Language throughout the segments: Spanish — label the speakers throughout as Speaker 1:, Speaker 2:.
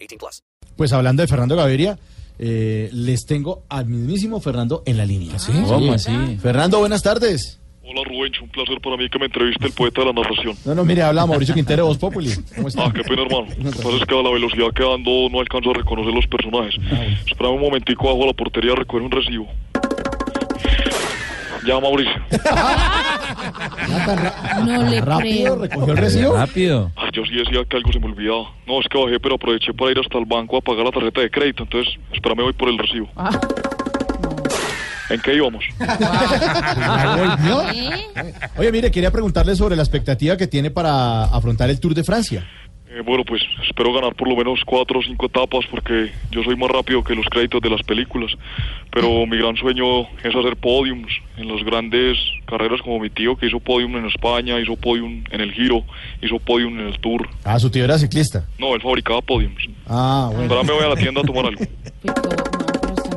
Speaker 1: 18 plus.
Speaker 2: Pues hablando de Fernando Gaviria, eh, les tengo al mismísimo Fernando en la línea. ¿Ah, ¿Cómo así? Fernando, buenas tardes.
Speaker 3: Hola Rubén, un placer para mí que me entreviste el poeta de la narración.
Speaker 2: No, no, mire, habla Mauricio Quintero, Voz Populi. ¿Cómo está?
Speaker 3: Ah, qué pena hermano. Lo que pasa es que a la velocidad que ando no alcanzo a reconocer los personajes. Espérame un momentico, bajo a la portería, recoger un recibo. Ya Mauricio.
Speaker 4: No le
Speaker 2: Rápido,
Speaker 4: creo.
Speaker 2: recogió el recibo.
Speaker 5: Rápido.
Speaker 3: Ah, yo sí decía que algo se me olvidaba. No, es que bajé, pero aproveché para ir hasta el banco a pagar la tarjeta de crédito. Entonces, espérame voy por el recibo. ¿En qué íbamos?
Speaker 2: Ah, Ya volvió.
Speaker 4: ¿Eh?
Speaker 2: Oye, mire, quería preguntarle sobre la expectativa que tiene para afrontar el Tour de Francia.
Speaker 3: Eh, bueno, pues espero ganar por lo menos cuatro o cinco etapas porque yo soy más rápido que los créditos de las películas. Pero mi gran sueño es hacer podiums en las grandes carreras como mi tío que hizo podium en España, hizo podium en el Giro, hizo podium en el Tour.
Speaker 2: Ah, su tío era ciclista.
Speaker 3: No, él fabricaba podiums.
Speaker 2: Ah, bueno.
Speaker 3: Ahora me voy a la tienda a tomar algo.
Speaker 4: Pero, no, pero está en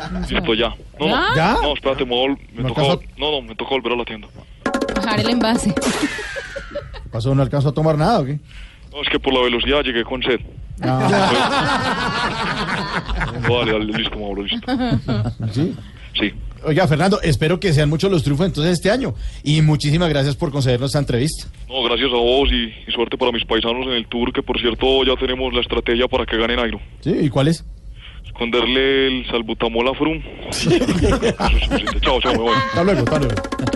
Speaker 4: entrevista, no
Speaker 3: Listo,
Speaker 4: sé.
Speaker 3: ya. pues, No, no,
Speaker 2: ¿Ya?
Speaker 3: no espérate, me, vol- me
Speaker 2: ¿No
Speaker 3: tocó-
Speaker 2: alcanzó?
Speaker 3: no, no, me tocó volver a la tienda.
Speaker 4: Bajar el envase.
Speaker 2: ¿Qué pasó? ¿No alcanzó a tomar nada o qué?
Speaker 3: No, es que por la velocidad llegué con sed. Vale, dale, listo, Mauro, listo.
Speaker 2: Sí.
Speaker 3: Sí.
Speaker 2: Oiga, Fernando, espero que sean muchos los triunfos entonces este año. Y muchísimas gracias por concedernos esta entrevista.
Speaker 3: No, gracias a vos y, y suerte para mis paisanos en el tour, que por cierto ya tenemos la estrategia para que ganen Nairo.
Speaker 2: ¿Sí? ¿Y cuál es?
Speaker 3: Esconderle el salbutamol a Frum. Eso es suficiente. chao, chao, me voy.
Speaker 2: Hasta luego, hasta luego.